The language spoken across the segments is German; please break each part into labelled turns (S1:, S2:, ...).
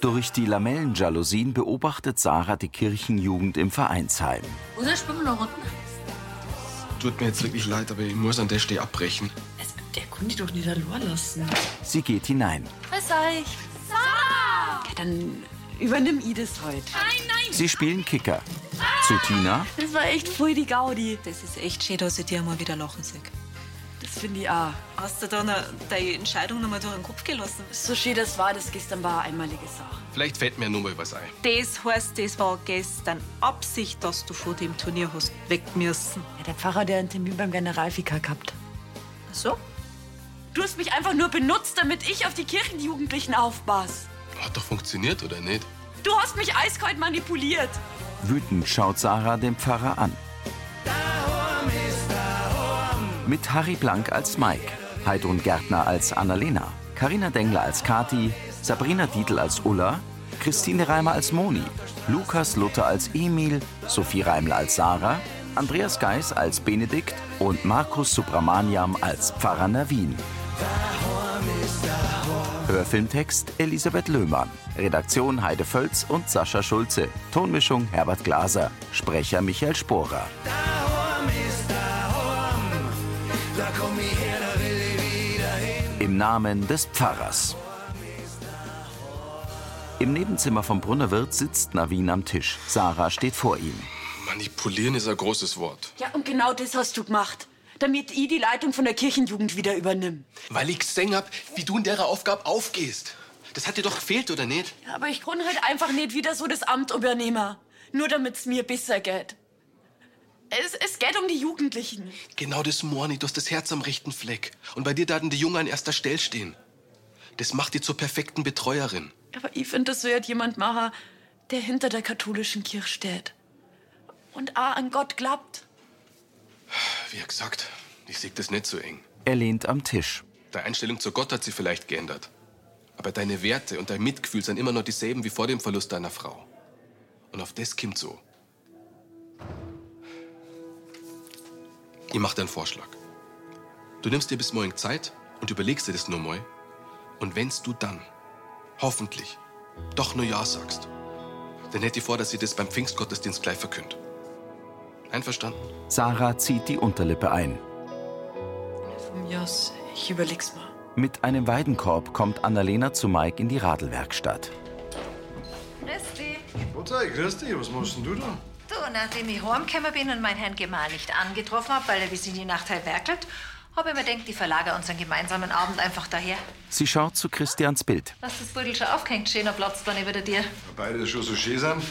S1: Durch die Lamellenjalousien beobachtet Sarah die Kirchenjugend im Vereinsheim.
S2: Oder schwimmen noch unten?
S3: Tut mir jetzt wirklich leid, aber ich muss an der Stelle abbrechen.
S4: Also, der kann die doch nicht allein lassen.
S1: Sie geht hinein.
S2: Was euch? Sarah!
S4: Ja, dann übernimm ich das heute.
S2: Nein, nein!
S1: Sie spielen Kicker. Zu Tina,
S4: Das war echt voll die Gaudi.
S5: Das ist echt schön, dass ich dir mal wieder lachen sehe.
S4: Das finde ich auch.
S5: Hast du da noch deine Entscheidung nochmal durch den Kopf gelassen?
S4: So schön das war, das gestern war eine einmalige Sache.
S3: Vielleicht fällt mir nur mal was ein.
S5: Das heißt, das war gestern Absicht, dass du vor dem Turnier hast weg müssen.
S4: Ja, der Pfarrer, der einen Termin beim Generalvikar gehabt.
S5: Ach so?
S4: Du hast mich einfach nur benutzt, damit ich auf die Kirchenjugendlichen aufpass.
S3: Hat doch funktioniert, oder nicht?
S4: Du hast mich eiskalt manipuliert.
S1: wütend schaut Sarah den Pfarrer an. Mit Harry Blank als Mike, Heidrun Gärtner als Annalena, Karina Dengler als Kati, Sabrina Dietl als Ulla, Christine Reimer als Moni, Lukas Luther als Emil, Sophie Reimler als Sarah, Andreas Geis als Benedikt und Markus Subramaniam als Pfarrer Navin. Hörfilmtext Elisabeth Löhmann. Redaktion Heide Völz und Sascha Schulze. Tonmischung Herbert Glaser. Sprecher Michael Sporer. Im Namen des Pfarrers. Im Nebenzimmer vom Brunnerwirt sitzt Navin am Tisch. Sarah steht vor ihm.
S3: Manipulieren ist ein großes Wort.
S4: Ja, und genau das hast du gemacht. Damit ich die Leitung von der Kirchenjugend wieder übernimm.
S3: Weil ich gesehen hab, wie du in derer Aufgabe aufgehst. Das hat dir doch gefehlt, oder nicht?
S4: Ja, aber ich kann halt einfach nicht wieder so das Amt übernehmen. Nur damit's mir besser geht. Es, es geht um die Jugendlichen.
S3: Genau das Morni, du hast das Herz am rechten Fleck. Und bei dir daten die Jungen an erster Stelle stehen. Das macht dich zur perfekten Betreuerin.
S4: Aber ich finde, das wird jemand machen, der hinter der katholischen Kirche steht. Und auch an Gott glaubt.
S3: Wie gesagt, ich sehe das nicht so eng.
S1: Er lehnt am Tisch.
S3: Deine Einstellung zu Gott hat sie vielleicht geändert. Aber deine Werte und dein Mitgefühl sind immer noch dieselben wie vor dem Verlust deiner Frau. Und auf das kommt so. Ich mach dir einen Vorschlag. Du nimmst dir bis morgen Zeit und überlegst dir das nur mal. Und wenn's du dann, hoffentlich, doch nur Ja sagst, dann hätte ich vor, dass ihr das beim Pfingstgottesdienst gleich verkündet. Einverstanden?
S1: Sarah zieht die Unterlippe ein.
S4: Von mir aus, ich überleg's mal.
S1: Mit einem Weidenkorb kommt Annalena zu Mike in die Radelwerkstatt.
S6: Christi,
S7: Mutter, grüß dich, was machst denn du da?
S6: du, nachdem ich heimgekommen bin und meinen Herrn Gemahl nicht angetroffen habe, weil er bis in die Nacht halt werkelt, habe ich mir gedacht, ich verlagere unseren gemeinsamen Abend einfach daher.
S1: Sie schaut zu Christians Bild.
S6: Lass das Pudel schon aufgehängt, schöner Platz dann über dir.
S7: Beide schon so schön sind.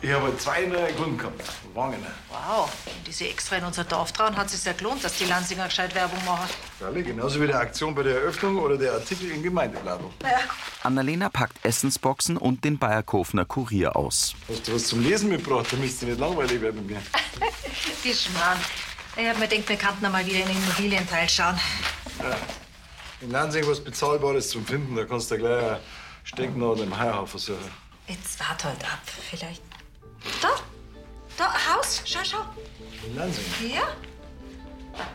S7: Ich habe halt zwei neue Kunden gehabt. Wangener.
S6: Wow, wenn diese extra in unser Dorf trauen, hat es sich ja gelohnt, dass die Lansinger gescheit Werbung machen.
S7: Alle, genauso wie der Aktion bei der Eröffnung oder der Artikel im Gemeindeblatt.
S6: Naja,
S1: Annalena packt Essensboxen und den Bayerkofner Kurier aus.
S7: Hast du was zum Lesen mitgebracht, damit es dir nicht langweilig wird mit mir?
S6: die Schmarrn. Ich hab mir gedacht, wir könnten mal wieder in den Immobilienteil schauen.
S7: In Lansing was Bezahlbares zum Finden, da kannst du dir gleich stecken oder im Heierhafen suchen.
S6: Jetzt wart halt ab, vielleicht. Da, da, ein Haus, schau, schau.
S7: In Lansing?
S6: Ja?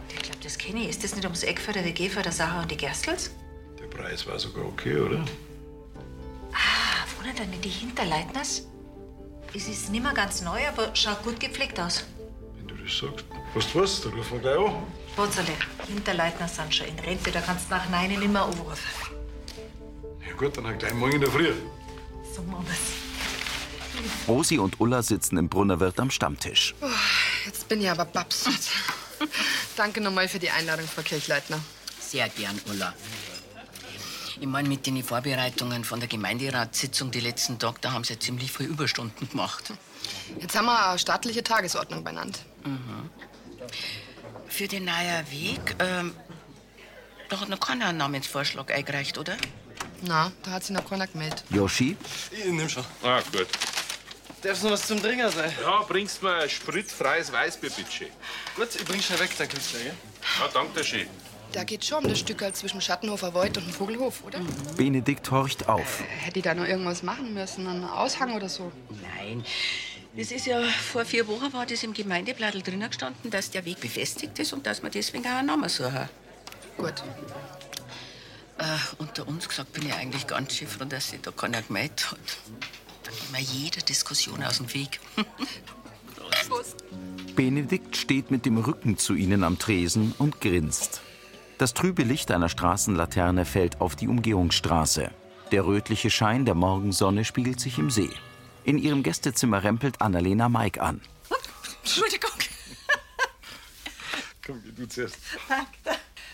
S6: Ich glaube, das kenne ich. Ist das nicht ums Eck für der WG für der Sarah und die Gerstels?
S7: Der Preis war sogar okay, oder?
S6: Ah, wohnen da nicht die Hinterleitners? Es ist nimmer ganz neu, aber schaut gut gepflegt aus.
S7: Wenn du das sagst. Weißt du was, da rufen wir gleich an.
S6: Wurzele, Hinterleitner sind schon in Rente, da kannst du nach Neinen nimmer anrufen.
S7: Ja gut, dann halt gleich morgen in der Früh.
S6: So, Mamas.
S1: Rosi und Ulla sitzen im Brunnerwirt am Stammtisch.
S8: Oh, Jetzt bin ich aber babsert. Danke nochmal für die Einladung, Frau Kirchleitner.
S4: Sehr gern, Ulla. Ich meine, mit den Vorbereitungen von der Gemeinderatssitzung die letzten Tage, da haben sie ziemlich viele Überstunden gemacht.
S8: Jetzt haben wir eine staatliche Tagesordnung benannt.
S4: Für den neuen Mhm. Weg, ähm, da hat noch keiner einen Namensvorschlag eingereicht, oder?
S8: Na, da hat sich noch keiner gemeldet.
S1: Yoshi,
S3: Ich nimm schon.
S9: Ah, gut.
S10: Darf's noch was zum Trinken sein?
S9: Ja, bringst mir ein spritfreies Weißbier, bitte. schön.
S10: Gut, ich bring's schnell weg, dann kommst du gleich, gell?
S9: Ja, danke schön.
S8: Da geht schon um das Stück halt zwischen Schattenhofer Wald und dem Vogelhof, oder?
S1: Benedikt horcht auf.
S8: Mhm. Hätte ich da noch irgendwas machen müssen, einen Aushang oder so?
S4: Nein. Es ist ja vor vier Wochen war das im Gemeindeblattl drinnen gestanden, dass der Weg befestigt ist und dass man deswegen auch einen Namen suchen.
S8: Gut.
S4: Äh, unter uns gesagt bin ich eigentlich ganz schön froh, dass sich da keiner gemeldet hat. Da gehen wir jeder Diskussion aus dem Weg.
S1: Benedikt steht mit dem Rücken zu ihnen am Tresen und grinst. Das trübe Licht einer Straßenlaterne fällt auf die Umgehungsstraße. Der rötliche Schein der Morgensonne spiegelt sich im See. In ihrem Gästezimmer rempelt Annalena Mike an.
S5: Entschuldigung.
S7: Komm, geh du zuerst.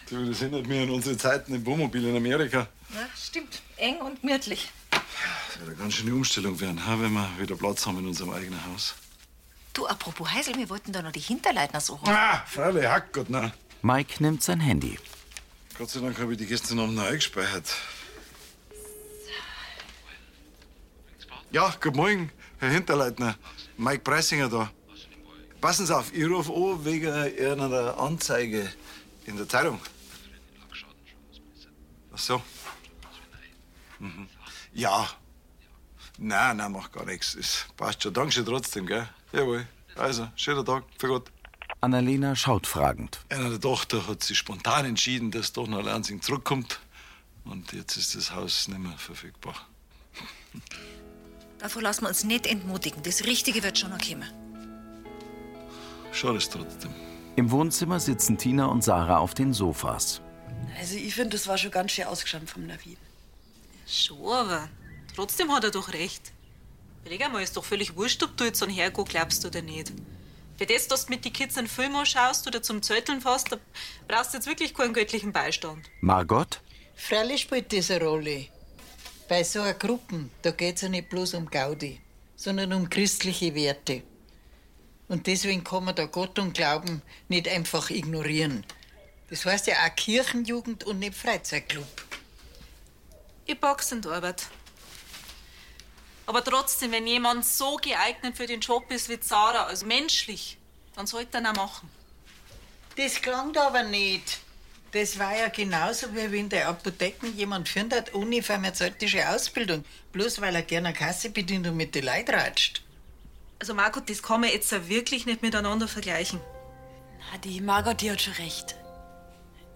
S7: Du, das erinnert mich an unsere Zeiten im Wohnmobil in Amerika.
S6: Na, stimmt. Eng und gemütlich.
S7: Das wird eine ganz schöne Umstellung werden, ha, wenn wir wieder Platz haben in unserem eigenen Haus.
S6: Du, apropos Heisel, wir wollten da noch die Hinterleitner suchen.
S7: Ah, Freilich, hack Gott, na.
S1: Mike nimmt sein Handy.
S7: Gott sei Dank habe ich die gestern Abend noch eingespeichert. Ja, guten Morgen, Herr Hinterleitner. Mike Preisinger da. Passen Sie auf, ich rufe an wegen irgendeiner Anzeige in der Zeitung. Ach so. Mhm. Ja. Nein, nein, macht gar nichts. Es passt schon. Dankeschön trotzdem, gell? Jawohl. Also, schönen Tag. Für Gott.
S1: Annalena schaut fragend.
S7: Einer der Tochter hat sich spontan entschieden, dass doch nach Lansing zurückkommt. Und jetzt ist das Haus nicht mehr verfügbar.
S6: Davon lassen wir uns nicht entmutigen. Das Richtige wird schon noch kommen.
S7: Schade ist trotzdem.
S1: Im Wohnzimmer sitzen Tina und Sarah auf den Sofas.
S11: Also, ich finde, das war schon ganz schön ausgeschaut vom Navin.
S5: Schon, aber trotzdem hat er doch recht. Überleg einmal, ist doch völlig wurscht, ob du jetzt an Hergo glaubst oder nicht. Für das, dass du mit den Kids einen Film anschaust oder zum Zötteln fährst, da brauchst du jetzt wirklich keinen göttlichen Beistand.
S1: Margot?
S12: Freilich spielt das eine Rolle. Bei so einer Gruppe, da geht es ja nicht bloß um Gaudi, sondern um christliche Werte. Und deswegen kann man da Gott und Glauben nicht einfach ignorieren. Das heißt ja auch Kirchenjugend und nicht Freizeitclub.
S5: Ich pack's in die Arbeit. Aber trotzdem, wenn jemand so geeignet für den Job ist wie Zara, also menschlich, dann sollte er ihn auch machen.
S12: Das klang da aber nicht. Das war ja genauso, wie wenn der Apotheken jemand findet ohne pharmazeutische Ausbildung, bloß weil er gerne eine Kasse bedient und mit den Leuten ratscht.
S5: Also Marco, das kann man jetzt ja wirklich nicht miteinander vergleichen.
S11: Na, die Margot, die hat schon recht.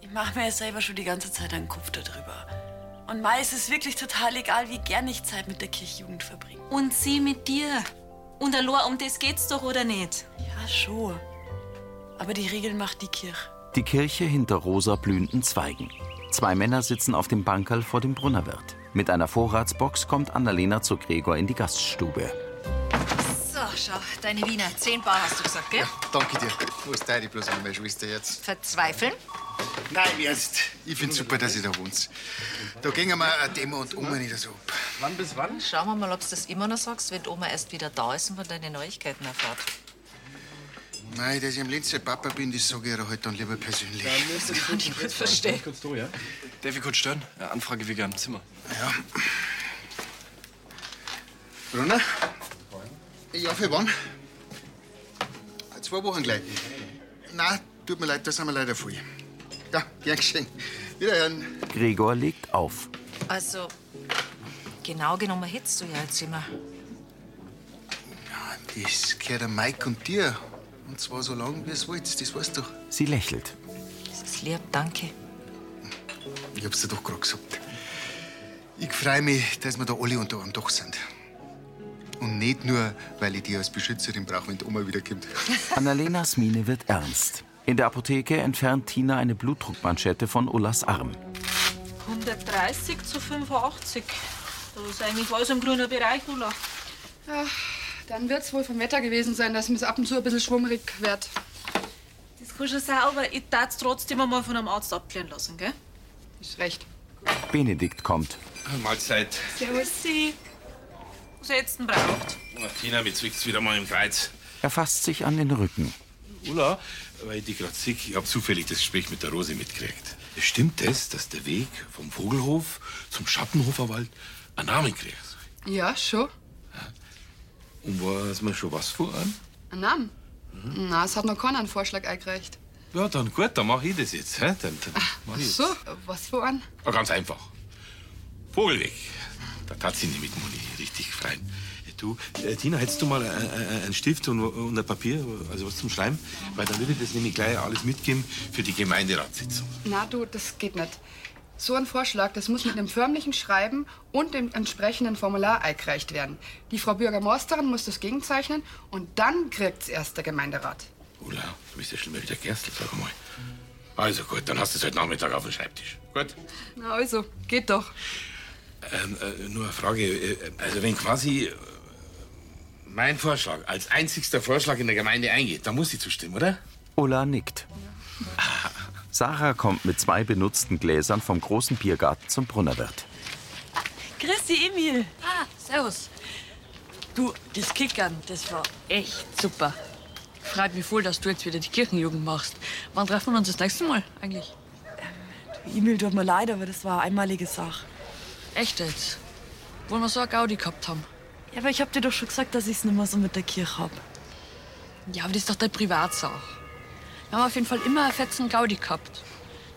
S11: Ich mache mir ja selber schon die ganze Zeit einen Kopf darüber. Und Mai ist es wirklich total egal, wie gern ich Zeit mit der Kirchjugend verbringe.
S5: Und sie mit dir. Und Alor, um das geht's doch, oder nicht?
S11: Ja, Ah, schon. Aber die Regeln macht die Kirche.
S1: Die Kirche hinter rosa blühenden Zweigen. Zwei Männer sitzen auf dem Bankerl vor dem Brunnerwirt. Mit einer Vorratsbox kommt Annalena zu Gregor in die Gaststube.
S6: So, schau, deine Wiener. Zehn Bar hast du gesagt, gell?
S13: Danke dir. Wo ist deine bloß an, meine Schwester jetzt?
S6: Verzweifeln?
S13: Nein, im Ernst. Ich find's super, dass ihr da wohnt. Da gingen wir eine Demo und um Oma nicht so ab.
S6: Wann bis wann? Schauen wir mal, ob du das immer noch sagst, wenn die Oma erst wieder da ist und von deinen Neuigkeiten erfahrt.
S13: Nein, dass ich im letzten Papa bin, das sage ich ihr halt dann lieber persönlich.
S6: Kann ich gut verstehen.
S10: Kurz da, ja? Darf ich kurz stören? Eine Anfrage wegen einem Zimmer.
S13: Ja. Brunner? Ja, für wann? Zwei Wochen gleich. Nein, tut mir leid, da sind wir leider voll. Ja, gern geschehen. Wiederhören.
S1: Gregor legt auf.
S6: Also, genau genommen hättest du ja jetzt immer.
S13: Das gehört an Mike und dir. Und zwar so lange, wie es wollt, das weißt du.
S1: Sie lächelt.
S6: Das ist lieb, danke.
S13: Ich hab's dir doch gerade gesagt. Ich freue mich, dass wir da alle unter einem Dach sind. Und nicht nur, weil ich die als Beschützerin brauche, wenn die Oma wiederkommt.
S1: Annalenas Miene wird ernst. In der Apotheke entfernt Tina eine Blutdruckmanschette von Ullas Arm.
S5: 130 zu 85. Da ist eigentlich alles im grünen Bereich, Ulla.
S8: Ja, dann wird's wohl vom Wetter gewesen sein, dass mir's ab und zu ein bisschen schwummrig wird.
S5: Das kann schon sein, aber ich darf trotzdem einmal von einem Arzt abklären lassen, gell?
S8: Ist recht.
S1: Benedikt kommt.
S9: Mahlzeit.
S5: Servus. Sie. Was hättest du denn braucht?
S9: Tina, mir zwickt's wieder mal im Kreuz.
S1: Er fasst sich an den Rücken.
S9: Ulla, weil ich dich gerade sehe, ich habe zufällig das Gespräch mit der Rose mitgekriegt. Stimmt es, dass der Weg vom Vogelhof zum Schattenhoferwald einen Namen kriegt?
S8: Ja, schon.
S9: Und weiß man schon was voran?
S8: Ein Name? Mhm. Na, es hat noch keiner einen Vorschlag eingereicht.
S9: Ja, dann gut, dann mache ich das jetzt. He? Dann, dann mach
S8: Ach
S9: ich
S8: so,
S9: das.
S8: was für ein?
S9: Ja, ganz einfach. Vogelweg. Da tat sie nicht mit Moni richtig freien. Du, äh, Tina, hättest du mal äh, äh, einen Stift und, und ein Papier, also was zum Schreiben? Weil dann würde ich das nämlich gleich alles mitgeben für die Gemeinderatssitzung.
S8: Na du, das geht nicht. So ein Vorschlag, das muss mit einem förmlichen Schreiben und dem entsprechenden Formular eingereicht werden. Die Frau Bürgermeisterin muss das gegenzeichnen und dann kriegt's erst der Gemeinderat.
S9: Ulla, du bist ja schlimmer wie der Gerstl, sag mal. Also gut, dann hast du es heute Nachmittag auf dem Schreibtisch. Gut.
S8: Na also, geht doch.
S9: Ähm, äh, nur eine Frage. äh, Also, wenn quasi äh, mein Vorschlag als einzigster Vorschlag in der Gemeinde eingeht, dann muss ich zustimmen, oder?
S1: Ulla nickt. Sarah kommt mit zwei benutzten Gläsern vom großen Biergarten zum Brunnerwirt.
S11: Grüß dich, Emil. Ah, servus. Du, das Kickern, das war echt super. Freut mich voll, dass du jetzt wieder die Kirchenjugend machst. Wann treffen wir uns das nächste Mal eigentlich?
S14: Emil, tut mir leid, aber das war eine einmalige Sache.
S11: Echt jetzt? Wollen wir so eine Gaudi gehabt haben?
S14: Ja, aber ich hab dir doch schon gesagt, dass ich's nicht mehr so mit der Kirche hab.
S11: Ja, aber das ist doch deine Privatsache. Wir haben auf jeden Fall immer einen fetzen Gaudi gehabt.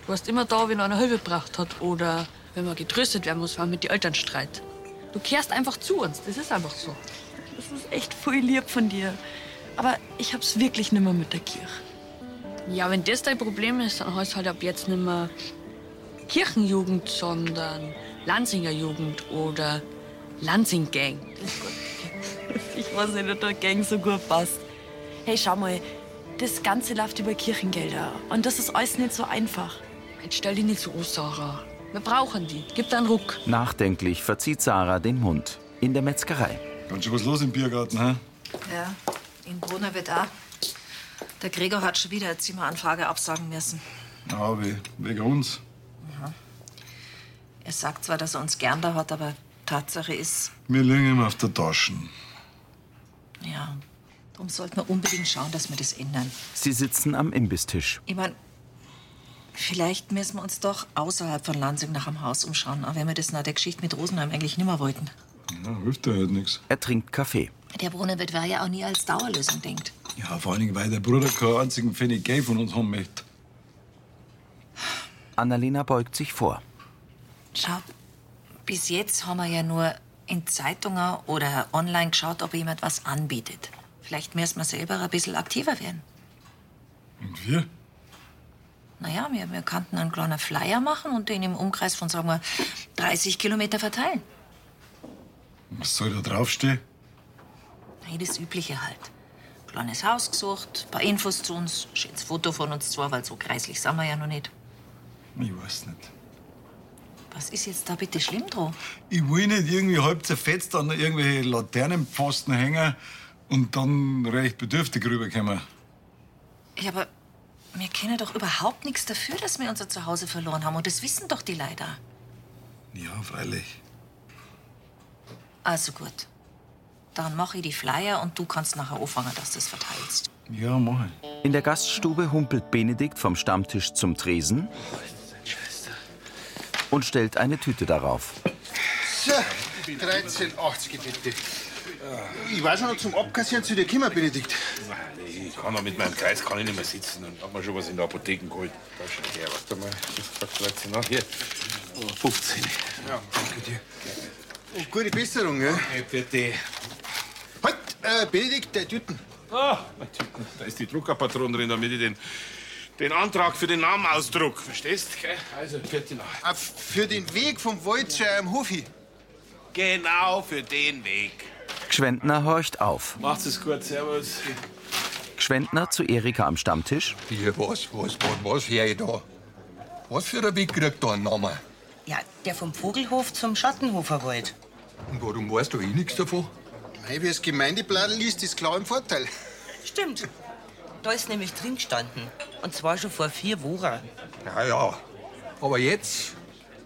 S11: Du warst immer da, wenn einer Hilfe gebracht hat oder wenn man getröstet werden muss, wenn man mit den Eltern streit. Du kehrst einfach zu uns, das ist einfach so.
S14: Das ist echt voll lieb von dir. Aber ich hab's wirklich nimmer mit der Kirche.
S11: Ja, wenn das dein Problem ist, dann heißt halt ab jetzt nicht mehr Kirchenjugend, sondern Lansinger Jugend oder Lansing Gang.
S14: Ich weiß nicht, ob der Gang so gut passt. Hey, schau mal, das Ganze läuft über Kirchengelder. Und das ist alles nicht so einfach.
S11: Jetzt stell dich nicht so an, Sarah. Wir brauchen die. Gib da einen Ruck.
S1: Nachdenklich verzieht Sarah den Mund in der Metzgerei.
S7: Ganz schön was los im Biergarten, hä?
S6: Ja, in Brunner wird auch. Der Gregor hat schon wieder eine Zimmeranfrage absagen müssen.
S7: Ja, we- wegen uns.
S6: Er sagt zwar, dass er uns gern da hat, aber Tatsache ist,
S7: Wir liegen ihm auf der Taschen.
S6: ja, darum sollten wir unbedingt schauen, dass wir das ändern.
S1: Sie sitzen am Imbistisch.
S6: Ich meine, vielleicht müssen wir uns doch außerhalb von Lansing nach einem Haus umschauen, auch wenn wir das nach der Geschichte mit Rosenheim eigentlich nimmer wollten.
S7: Ja, hilft dir halt nichts.
S1: Er trinkt Kaffee.
S6: Der Brunnerwirt war ja auch nie als Dauerlösung denkt.
S7: Ja, vor allen Dingen, weil der Bruder keinen einzigen Pfennig Geld von uns haben möchte.
S1: Annalena beugt sich vor.
S6: Schau, bis jetzt haben wir ja nur in Zeitungen oder online geschaut, ob jemand was anbietet. Vielleicht müssen wir selber ein bisschen aktiver werden.
S7: Und wir?
S6: Naja, wir, wir könnten einen kleinen Flyer machen und den im Umkreis von, sagen wir, 30 Kilometer verteilen.
S7: Was soll da draufstehen?
S6: Nein, das Übliche halt. Kleines Haus gesucht, paar Infos zu uns, schönes Foto von uns zwar, weil so kreislich sind wir ja noch nicht.
S7: Ich weiß nicht.
S6: Was ist jetzt da bitte schlimm dran?
S7: Ich will nicht irgendwie halb zerfetzt an irgendwelche Laternenpfosten hängen und dann recht bedürftig rüberkommen.
S6: Ja, aber wir kennen doch überhaupt nichts dafür, dass wir unser Zuhause verloren haben. Und das wissen doch die leider.
S7: Ja, freilich.
S6: Also gut. Dann mache ich die Flyer und du kannst nachher anfangen, dass du es verteilst.
S7: Ja, mach
S1: In der Gaststube humpelt Benedikt vom Stammtisch zum Tresen und stellt eine Tüte darauf.
S15: So, 13,80 bitte. Äh, Ich war schon noch zum Abkassieren zu dir gekommen, Benedikt.
S9: Ich kann noch mit meinem Kreis kann ich nicht mehr sitzen und hab mir schon was in der Apotheke geholt. Da schon her, warte mal. Ich pack 13 nach hier. Oh, 15.
S15: Ja, danke dir. Und gute Besserung, ja?
S9: Hey, bitte.
S15: Halt, äh, Benedikt, der Tüten.
S9: Ah, mein Tüten. Da ist die Druckerpatrone drin, damit ich den, den Antrag für den Namen ausdruck. Verstehst? Gell? Also, vierte nach.
S15: Ah, Für den Weg vom Wald zu eurem Hof hin.
S9: Genau für den Weg.
S1: Gschwendner horcht auf.
S9: Macht's es gut, servus.
S1: Gschwendner zu Erika am Stammtisch.
S16: Hier, was, was, was, was hör ich da? Was für ein Weg kriegt da ein Name?
S17: Ja, der vom Vogelhof zum Schattenhofer Wald.
S16: Und warum weißt du eh nichts davon?
S15: Mei, wie es Gemeindeplan liest, ist klar im Vorteil.
S17: Stimmt. Da ist nämlich drin gestanden. Und zwar schon vor vier Wochen.
S16: Ja, ja. Aber jetzt,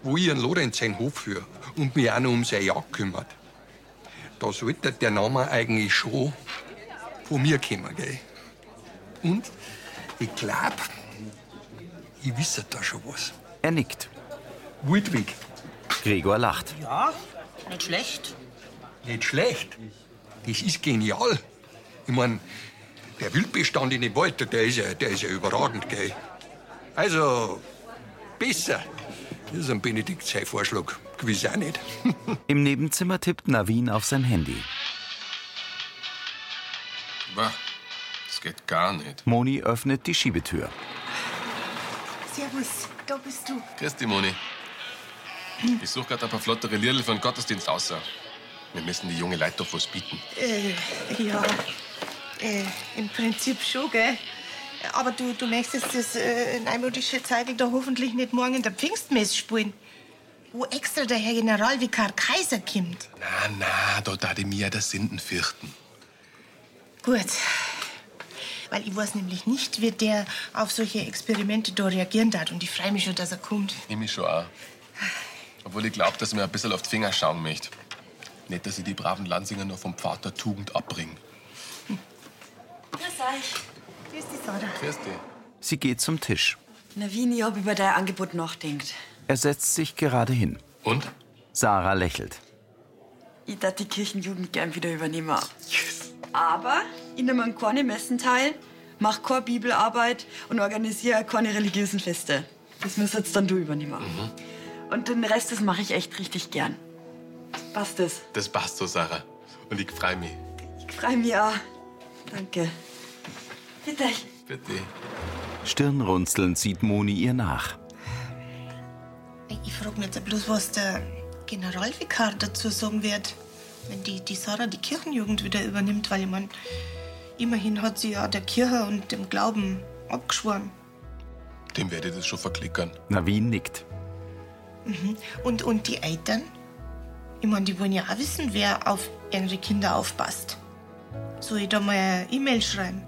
S16: wo ich an Lorenz seinen Hof führe und mich auch noch um seine Jagd kümmert, da sollte der Name eigentlich schon von mir kommen, gell? Und ich glaub, ich wisse da schon was.
S1: Er nickt.
S16: Wildweg.
S1: Gregor lacht.
S17: Ja, nicht schlecht.
S16: Nicht schlecht. Das ist genial. Ich mein, der Wildbestand in dem Wald, der ist ja, der ist ja überragend, gell? Also, besser. Das ist ein Benedikt sein Vorschlag. Gewiss auch nicht.
S1: Im Nebenzimmer tippt Navin auf sein Handy.
S3: Bah, das geht gar nicht.
S1: Moni öffnet die Schiebetür.
S18: Servus, da bist du.
S3: Christi, Moni. Ich suche gerade ein paar flottere Lirl für den Gottesdienst außer. Wir müssen die junge Leute doch was bieten.
S18: Äh, ja, äh, im Prinzip schon, gell? Aber du, du möchtest das äh, neumodische Zeitig doch hoffentlich nicht morgen in der Pfingstmesse spielen, wo extra der Herr Generalvikar Kaiser kommt.
S3: Na, na, da da die mir der Sünden fürchten.
S18: Gut. Weil ich weiß nämlich nicht, wie der auf solche Experimente da reagieren darf. Und ich freue mich schon, dass er kommt.
S3: Nehme ich schon an. Obwohl ich glaube, dass ich mir ein bisschen auf die Finger schauen möchte. Nicht, dass ich die braven Lansinger nur vom Pfad der Tugend abbringe.
S18: Grüß euch. Grüß dich, Sarah.
S3: Grüß dich.
S1: Sie geht zum Tisch.
S14: Na, Wien, ich hab über dein Angebot nachdenkt.
S1: Er setzt sich gerade hin.
S3: Und?
S1: Sarah lächelt.
S14: Ich darf die Kirchenjugend gern wieder übernehmen. Aber ich nehme an keine Messen teil, mach keine Bibelarbeit und organisiere keine religiösen Feste. Das müsst jetzt dann du übernehmen. Und den Rest, das mache ich echt richtig gern. Passt das?
S3: Das passt so, Sarah. Und ich freue mich.
S14: Ich freue mich auch. Danke. Bitte.
S3: Bitte.
S1: Stirnrunzelnd sieht Moni ihr nach.
S18: Ich frage mich jetzt bloß, was der Generalvikar dazu sagen wird, wenn die, die Sarah die Kirchenjugend wieder übernimmt, weil ich mein, immerhin hat sie ja der Kirche und dem Glauben abgeschworen.
S3: Dem werde ich das schon verklickern.
S1: Navin nickt.
S18: Mhm. Und, und die Eltern? Ich meine, die wollen ja auch wissen, wer auf ihre Kinder aufpasst. Soll ich da mal eine E-Mail schreiben?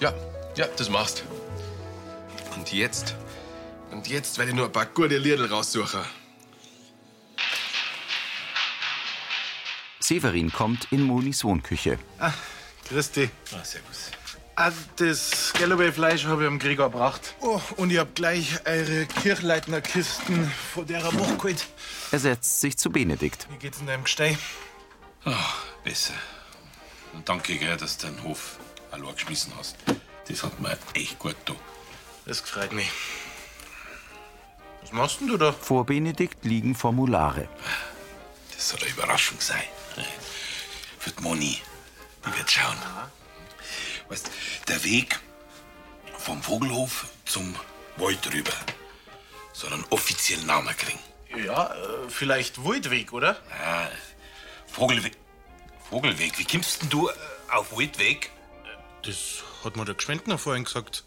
S3: Ja, ja, das machst. Und jetzt? Und jetzt werde ich nur ein paar gute Liedl raussuchen.
S1: Severin kommt in Monis Wohnküche.
S15: Ah, Christi.
S3: Ah, servus.
S15: Ah, das gelbe Fleisch habe ich am Gregor gebracht. Oh, und ich hab gleich eure Kirchleitnerkisten von der Woche geholt.
S1: Er setzt sich zu Benedikt.
S15: Wie geht's in deinem Gestei?
S9: Ach, Ah, besser. Und danke, gell, dass du den Hof allein geschmissen hast. Das hat mir echt gut getan.
S15: Das gefreut mich. Was machst denn du da?
S1: Vor Benedikt liegen Formulare.
S9: Das soll eine Überraschung sein. Für die Moni. Die wird schauen. Weißt, der Weg vom Vogelhof zum Wald rüber soll einen offiziellen Namen kriegen.
S15: Ja, äh, vielleicht Waldweg, oder?
S9: Ah, Vogelweg. Vogelweg. Wie kommst denn du äh, auf Waldweg?
S15: Das hat mir der Gschwendner vorhin gesagt.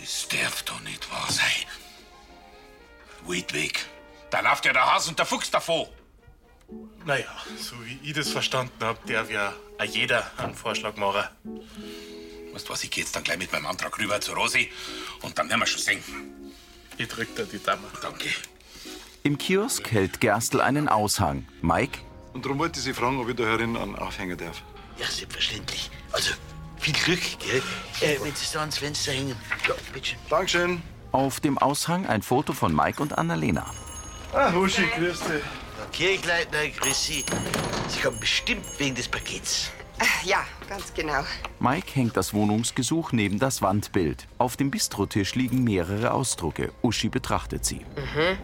S9: Das darf doch nicht wahr sein. Waldweg. Da läuft ja der Hase und der Fuchs davor.
S15: Naja, so wie ich das verstanden hab, darf ja auch jeder einen Vorschlag machen.
S9: Weißt du was, ich geh jetzt dann gleich mit meinem Antrag rüber zu Rosi und dann werden wir schon sehen.
S15: Ich drück dir die Dame.
S9: Danke.
S1: Im Kiosk hält Gerstl einen Aushang. Mike,
S7: Und darum wollte ich Sie fragen, ob ich da herin einen Aufhänger darf.
S19: Ja, selbstverständlich. Also, viel Glück, gell? Äh, wenn Sie es da ans Fenster hängen. Ja, bitteschön.
S1: Dankeschön. Auf dem Aushang ein Foto von Mike und Annalena.
S15: Ah, Huschi, grüß dich.
S19: Der Kirchleitner, grüß Sie. Sie kommen bestimmt wegen des Pakets.
S20: Äh, Ja, ganz genau.
S1: Mike hängt das Wohnungsgesuch neben das Wandbild. Auf dem Bistrotisch liegen mehrere Ausdrucke. Uschi betrachtet sie.
S20: Mhm.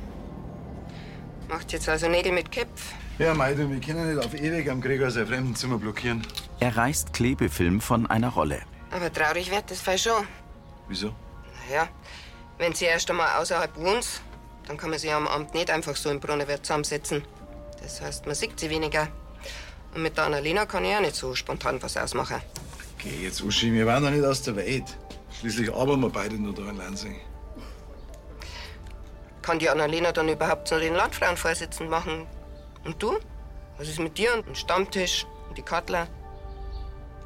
S20: Macht jetzt also Nägel mit Köpf.
S7: Ja, mei, du, wir können nicht auf ewig am Gregor sein Fremdenzimmer blockieren.
S1: Er reißt Klebefilm von einer Rolle.
S20: Aber traurig wird das Fall schon.
S7: Wieso?
S20: Naja, wenn sie erst einmal außerhalb wohnt, dann kann man sie am Abend nicht einfach so im Brunnenwirt zusammensetzen. Das heißt, man sieht sie weniger. Und mit der Annalena kann ich auch nicht so spontan was ausmachen.
S7: Geh jetzt, Uschi, wir waren doch nicht aus der Welt. Schließlich arbeiten wir beide nur da in Lansing.
S20: Kann die Annalena dann überhaupt noch den Landfrauenvorsitzenden machen? Und du? Was ist mit dir und dem Stammtisch und die Kattler?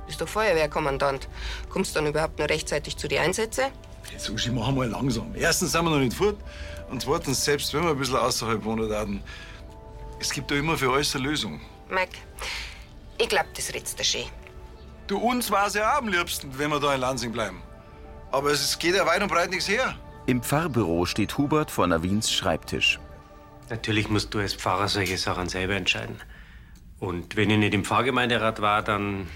S20: Bist doch Feuerwehrkommandant. Kommst dann überhaupt noch rechtzeitig zu den Einsätzen?
S7: Jetzt, Uschi, mach mal langsam. Erstens sind wir noch nicht fort. Und zweitens, selbst wenn wir ein bisschen außerhalb wohnen würden, es gibt da immer für alles eine Lösung.
S20: Mike, ich glaub, das redst du schön.
S7: Du, uns war es ja auch am liebsten, wenn wir da in Lansing bleiben. Aber es ist- geht ja weit und breit nichts her.
S1: Im Pfarrbüro steht Hubert vor Navins Schreibtisch.
S21: Natürlich musst du als Pfarrer solche Sachen selber entscheiden. Und wenn ich nicht im Pfarrgemeinderat war, dann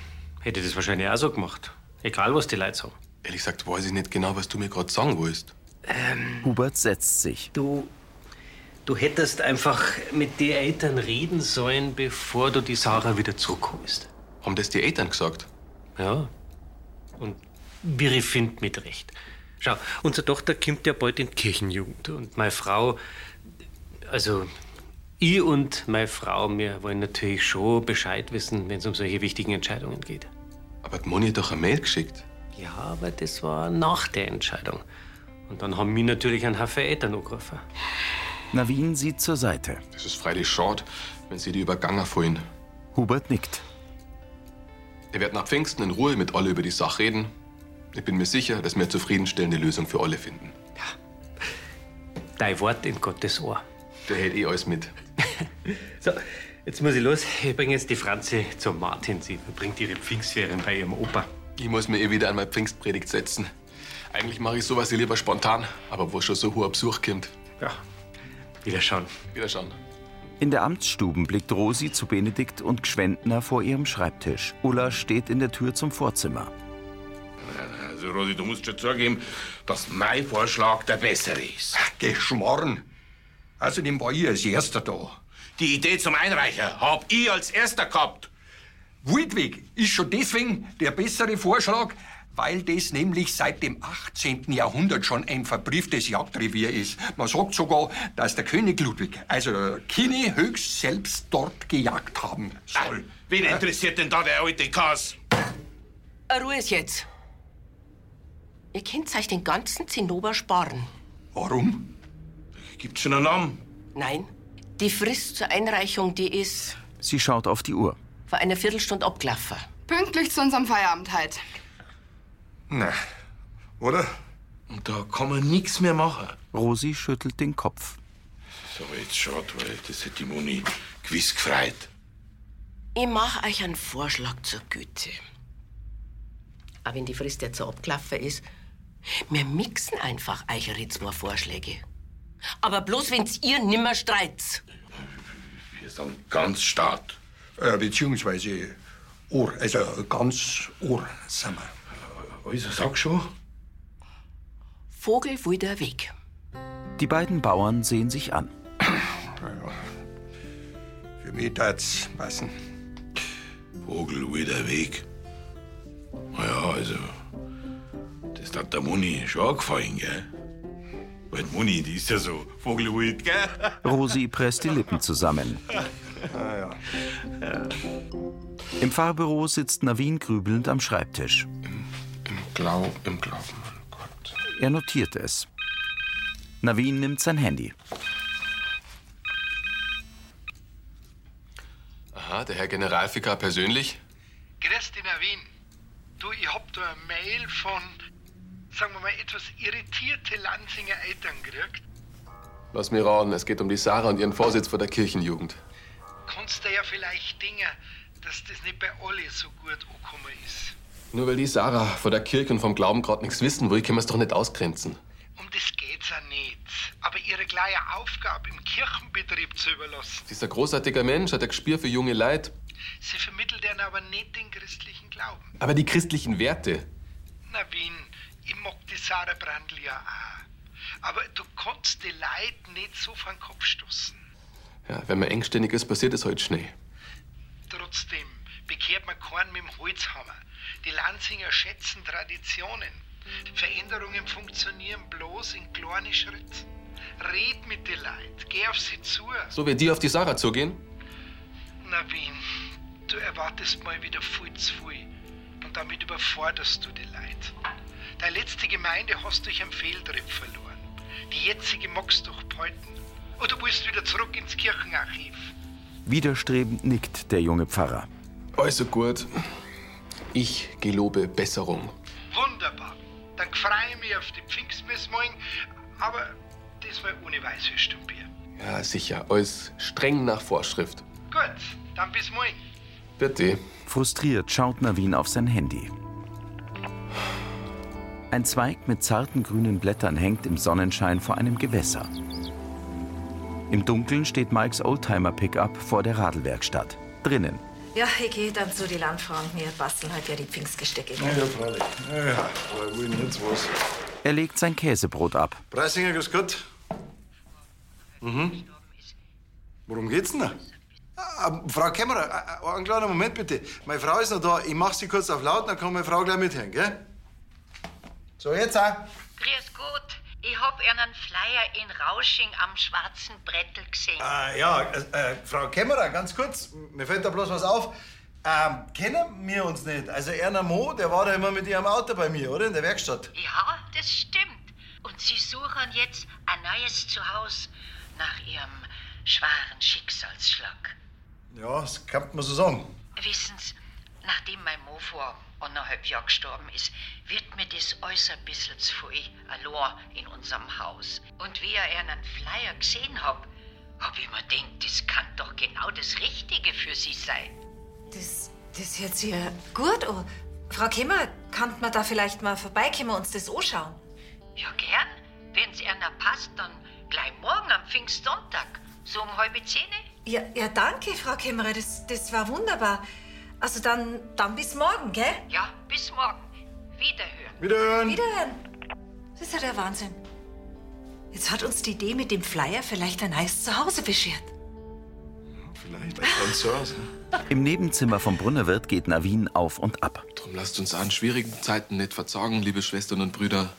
S21: hätte ich das wahrscheinlich auch so gemacht. Egal, was die Leute sagen.
S3: Ehrlich gesagt weiß ich nicht genau, was du mir gerade sagen willst.
S1: Hubert setzt sich.
S21: Ähm, Du, du hättest einfach mit den Eltern reden sollen, bevor du die Sarah wieder zurückholst.
S3: Haben das die Eltern gesagt?
S21: Ja. Und Biri findet mit Recht. Schau, unsere Tochter kommt ja bald in die Kirchenjugend. Und meine Frau, also ich und meine Frau, wir wollen natürlich schon Bescheid wissen, wenn es um solche wichtigen Entscheidungen geht.
S3: Aber die Moni hat doch eine Mail geschickt.
S21: Ja, aber das war nach der Entscheidung. Und dann haben wir natürlich einen Haufen Eltern angerufen.
S1: Navin sieht zur Seite.
S3: Das ist freilich short, wenn sie die übergangen vorhin.
S1: Hubert nickt.
S3: Wir werden ab Pfingsten in Ruhe mit Olle über die Sache reden. Ich bin mir sicher, dass wir eine zufriedenstellende Lösung für Olle finden.
S21: Dein Wort in Gottes Ohr.
S3: Der hält eh alles mit.
S21: So, jetzt muss ich los. Ich bringe jetzt die Franzi zum Martin. Sie verbringt ihre Pfingstferien bei ihrem Opa.
S3: Ich muss mir eh wieder an meine Pfingstpredigt setzen. Eigentlich mache ich sowas ja lieber spontan, aber wo schon so hoher Besuch kommt.
S21: Ja. Wieder schauen.
S3: Wieder schauen.
S1: In der Amtsstuben blickt Rosi zu Benedikt und Gschwendner vor ihrem Schreibtisch. Ulla steht in der Tür zum Vorzimmer.
S9: Also, Rosi, du musst schon zugeben, dass mein Vorschlag der bessere ist. Geschmorren.
S15: Also,
S9: Außerdem war ich als Erster da. Die Idee zum Einreicher hab ich als Erster gehabt.
S16: Wildweg ist schon deswegen der bessere Vorschlag, weil das nämlich seit dem 18. Jahrhundert schon ein verbrieftes Jagdrevier ist. Man sagt sogar, dass der König Ludwig, also der Kini, höchst selbst dort gejagt haben soll.
S9: Wen interessiert denn da der alte Kass?
S2: Eine Äh, Ruhe ist jetzt. Ihr könnt euch den ganzen Zinnober sparen.
S9: Warum? Gibt's schon einen Namen?
S2: Nein, die Frist zur Einreichung, die ist
S1: Sie schaut auf die Uhr.
S2: vor einer Viertelstunde abgelaufen.
S8: Pünktlich zu unserem Feierabend halt.
S9: Na, oder? Und da kann man nichts mehr machen.
S1: Rosi schüttelt den Kopf.
S9: So, jetzt schaut, weil das hätte die Moni gewiss gefreut.
S2: Ich mache euch einen Vorschlag zur Güte. Aber wenn die Frist jetzt so abgelaufen ist, wir mixen einfach eure zwei Vorschläge. Aber bloß, wenn's ihr nimmer streitet.
S9: Wir sind ganz stark.
S16: Äh, beziehungsweise Ohr, also ganz Ohr sind wir.
S9: Also, sag schon.
S2: Vogel wieder weg.
S1: Die beiden Bauern sehen sich an.
S16: Für mich tat's passen.
S9: Vogel wieder weg. Na ja, also, das hat der Moni schon gefallen, gell? Weil die Moni, die ist ja so vogelwild, gell?
S1: Rosi presst die Lippen zusammen.
S9: Ah, ja.
S1: Im Fahrbüro sitzt Navin grübelnd am Schreibtisch.
S3: Glau im Glauben.
S1: Er notiert es. Navin nimmt sein Handy.
S3: Aha, der Herr Generalvikar persönlich.
S22: Grüß dich, Navin. Du, ich hab da eine Mail von, sagen wir mal, etwas irritierte Lanzinger Eltern gekriegt.
S3: Lass mir raten, es geht um die Sarah und ihren Vorsitz vor der Kirchenjugend.
S22: Kannst du ja vielleicht Dinge, dass das nicht bei alle so gut angekommen ist.
S3: Nur weil die Sarah vor der Kirche und vom Glauben gerade nichts wissen will, können wir es doch nicht ausgrenzen.
S22: Um das geht's ja nicht. Aber ihre kleine Aufgabe im Kirchenbetrieb zu überlassen,
S3: Sie ist ein großartiger Mensch, hat ein Gespür für junge Leid,
S22: sie vermittelt ihnen aber nicht den christlichen Glauben.
S3: aber die christlichen Werte.
S22: Navin, ich mag die Sarah Brandl ja auch. Aber du kannst die Leute nicht so vor den Kopf stoßen.
S3: Ja, wenn man engständig ist, passiert es heute schnell.
S22: Trotzdem bekehrt man keinen mit dem Holzhammer. Die Lanzinger schätzen Traditionen. Veränderungen funktionieren bloß in kleinen Schritten. Red mit den Leuten, geh auf sie zu.
S3: So wie die auf die Sarah zugehen?
S22: Navin, du erwartest mal wieder viel zu viel. Und damit überforderst du die Leute. Deine letzte Gemeinde hast durch einen Fehltritt verloren. Die jetzige magst du doch behalten. Oder willst wieder zurück ins Kirchenarchiv?
S1: Widerstrebend nickt der junge Pfarrer.
S3: Also gut. Ich gelobe Besserung.
S22: Wunderbar. Dann freue ich mich auf die Pfingstmess morgen, aber diesmal ohne Weißwürst und Bier.
S3: Ja, sicher. Alles streng nach Vorschrift.
S22: Gut, dann bis morgen.
S3: Bitte.
S1: Frustriert schaut Navin auf sein Handy. Ein Zweig mit zarten grünen Blättern hängt im Sonnenschein vor einem Gewässer. Im Dunkeln steht Mikes Oldtimer-Pickup vor der Radlwerkstatt. Drinnen.
S23: Ja, ich gehe dann zu den Landfrauen. Wir basteln
S6: halt
S23: heute ja die Pfingstgestecke.
S7: freilich. Ja, ja, aber will jetzt was.
S1: Er legt sein Käsebrot ab.
S7: Preisinger, grüß Gott. Mhm. Worum geht's denn da? Ah, Frau Kämmerer, ah, ah, einen kleinen Moment bitte. Meine Frau ist noch da. Ich mach sie kurz auf laut, dann kann meine Frau gleich mithören, gell? So, jetzt auch.
S24: Grüß Gott,
S4: Ich hab einen Flyer in Rausching am schwarzen Brettel gesehen.
S7: Ah, ja, äh, äh, Frau Kämmerer, ganz kurz, mir fällt da bloß was auf. Ähm, kennen wir uns nicht? Also Erna Mo, der war da immer mit ihrem Auto bei mir, oder? In der Werkstatt.
S4: Ja, das stimmt. Und sie suchen jetzt ein neues Zuhause nach ihrem schweren Schicksalsschlag.
S7: Ja, das kann man so sagen.
S4: Wissen Sie, nachdem mein Mo vor anderthalb Jahren gestorben ist, wird mir das alles ein bisschen zu viel allein in unserem Haus. Und wie ich einen Flyer gesehen hab, hab ich mir gedacht, das kann doch genau das Richtige für Sie sein.
S6: Das, das hört sich ja gut an. Frau Kimmer, kann man da vielleicht mal vorbeikommen und uns das anschauen?
S4: Ja, gern. Wenn's einer passt, dann gleich morgen am Pfingstsonntag, so um halbe Zehn.
S6: Ja, ja danke, Frau Kämmerer, das, das war wunderbar. Also dann, dann bis morgen, gell?
S4: Ja, bis morgen. Wiederhören.
S7: Wiederhören.
S6: Wiederhören. Das ist ja der Wahnsinn. Jetzt hat uns die Idee mit dem Flyer vielleicht ein neues Zuhause beschert.
S3: Vielleicht ein Konzert.
S1: Im Nebenzimmer vom Brunnerwirt geht Navin auf und ab.
S3: Drum lasst uns an schwierigen Zeiten nicht verzagen, liebe Schwestern und Brüder.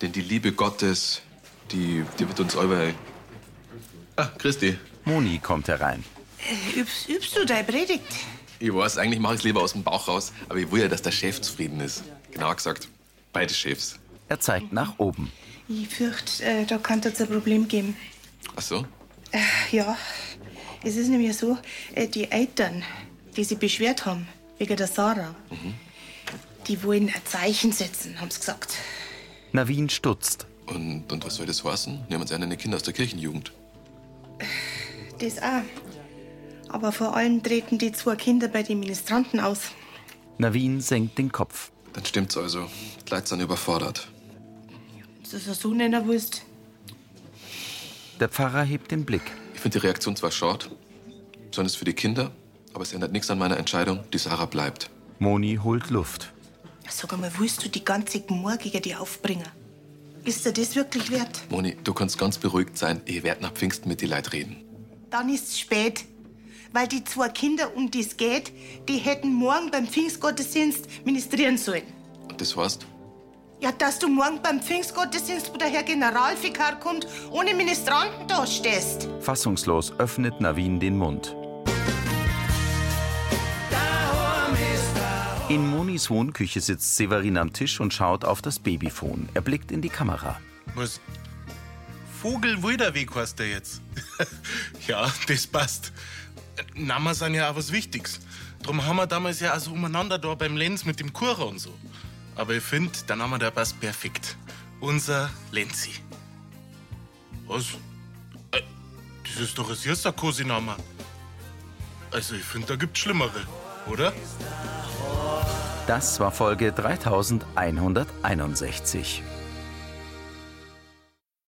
S3: Denn die Liebe Gottes, die, die wird uns allweil. Ah, Christi.
S1: Moni kommt herein.
S18: Äh, Übst, übst du deine Predigt?
S3: Ich weiß, eigentlich mache ich es lieber aus dem Bauch raus, aber ich will ja, dass der Chef zufrieden ist. Genauer gesagt, beide Chefs.
S1: Er zeigt nach oben.
S18: Ich fürchte, äh, da kann es ein Problem geben.
S3: Ach so?
S18: Äh, ja, es ist nämlich so, äh, die Eltern, die sich beschwert haben wegen der Sarah, die wollen ein Zeichen setzen, haben sie gesagt.
S1: Navin stutzt.
S3: Und, und was soll das heißen? Nehmen Sie eine Kinder aus der Kirchenjugend.
S18: Das auch. Aber vor allem treten die zwei Kinder bei den Ministranten aus.
S1: Navin senkt den Kopf.
S3: Dann stimmt's also. Die Leute sind überfordert.
S18: Ist das so nennen willst?
S1: Der Pfarrer hebt den Blick.
S3: Ich finde die Reaktion zwar short, besonders für die Kinder, aber es ändert nichts an meiner Entscheidung, die Sarah bleibt.
S1: Moni holt Luft.
S18: Sag einmal, willst du die ganze Gmor gegen die aufbringen? Ist dir das wirklich wert?
S3: Moni, du kannst ganz beruhigt sein. Ich werde nach Pfingsten mit die Leute reden.
S18: Dann ist's spät. Weil die zwei Kinder, um die es geht, die hätten morgen beim Pfingstgottesdienst ministrieren sollen.
S3: Und das heißt,
S18: Ja, dass du morgen beim Pfingstgottesdienst, wo der Herr Generalvikar kommt, ohne Ministranten da stehst.
S1: Fassungslos öffnet Navin den Mund. In Monis Wohnküche sitzt Severin am Tisch und schaut auf das Babyfon. Er blickt in die Kamera.
S15: Was? Vogelwilderweg heißt der jetzt. ja, das passt. Namen sind ja auch was Wichtiges. Drum haben wir damals ja auch so umeinander da beim Lenz mit dem Kurer und so. Aber ich finde, der Name, der passt perfekt. Unser Lenzi. Was? Äh, Das ist doch ein süßer Kosiname. Also, ich finde, da gibt's Schlimmere, oder?
S1: Das war Folge 3161.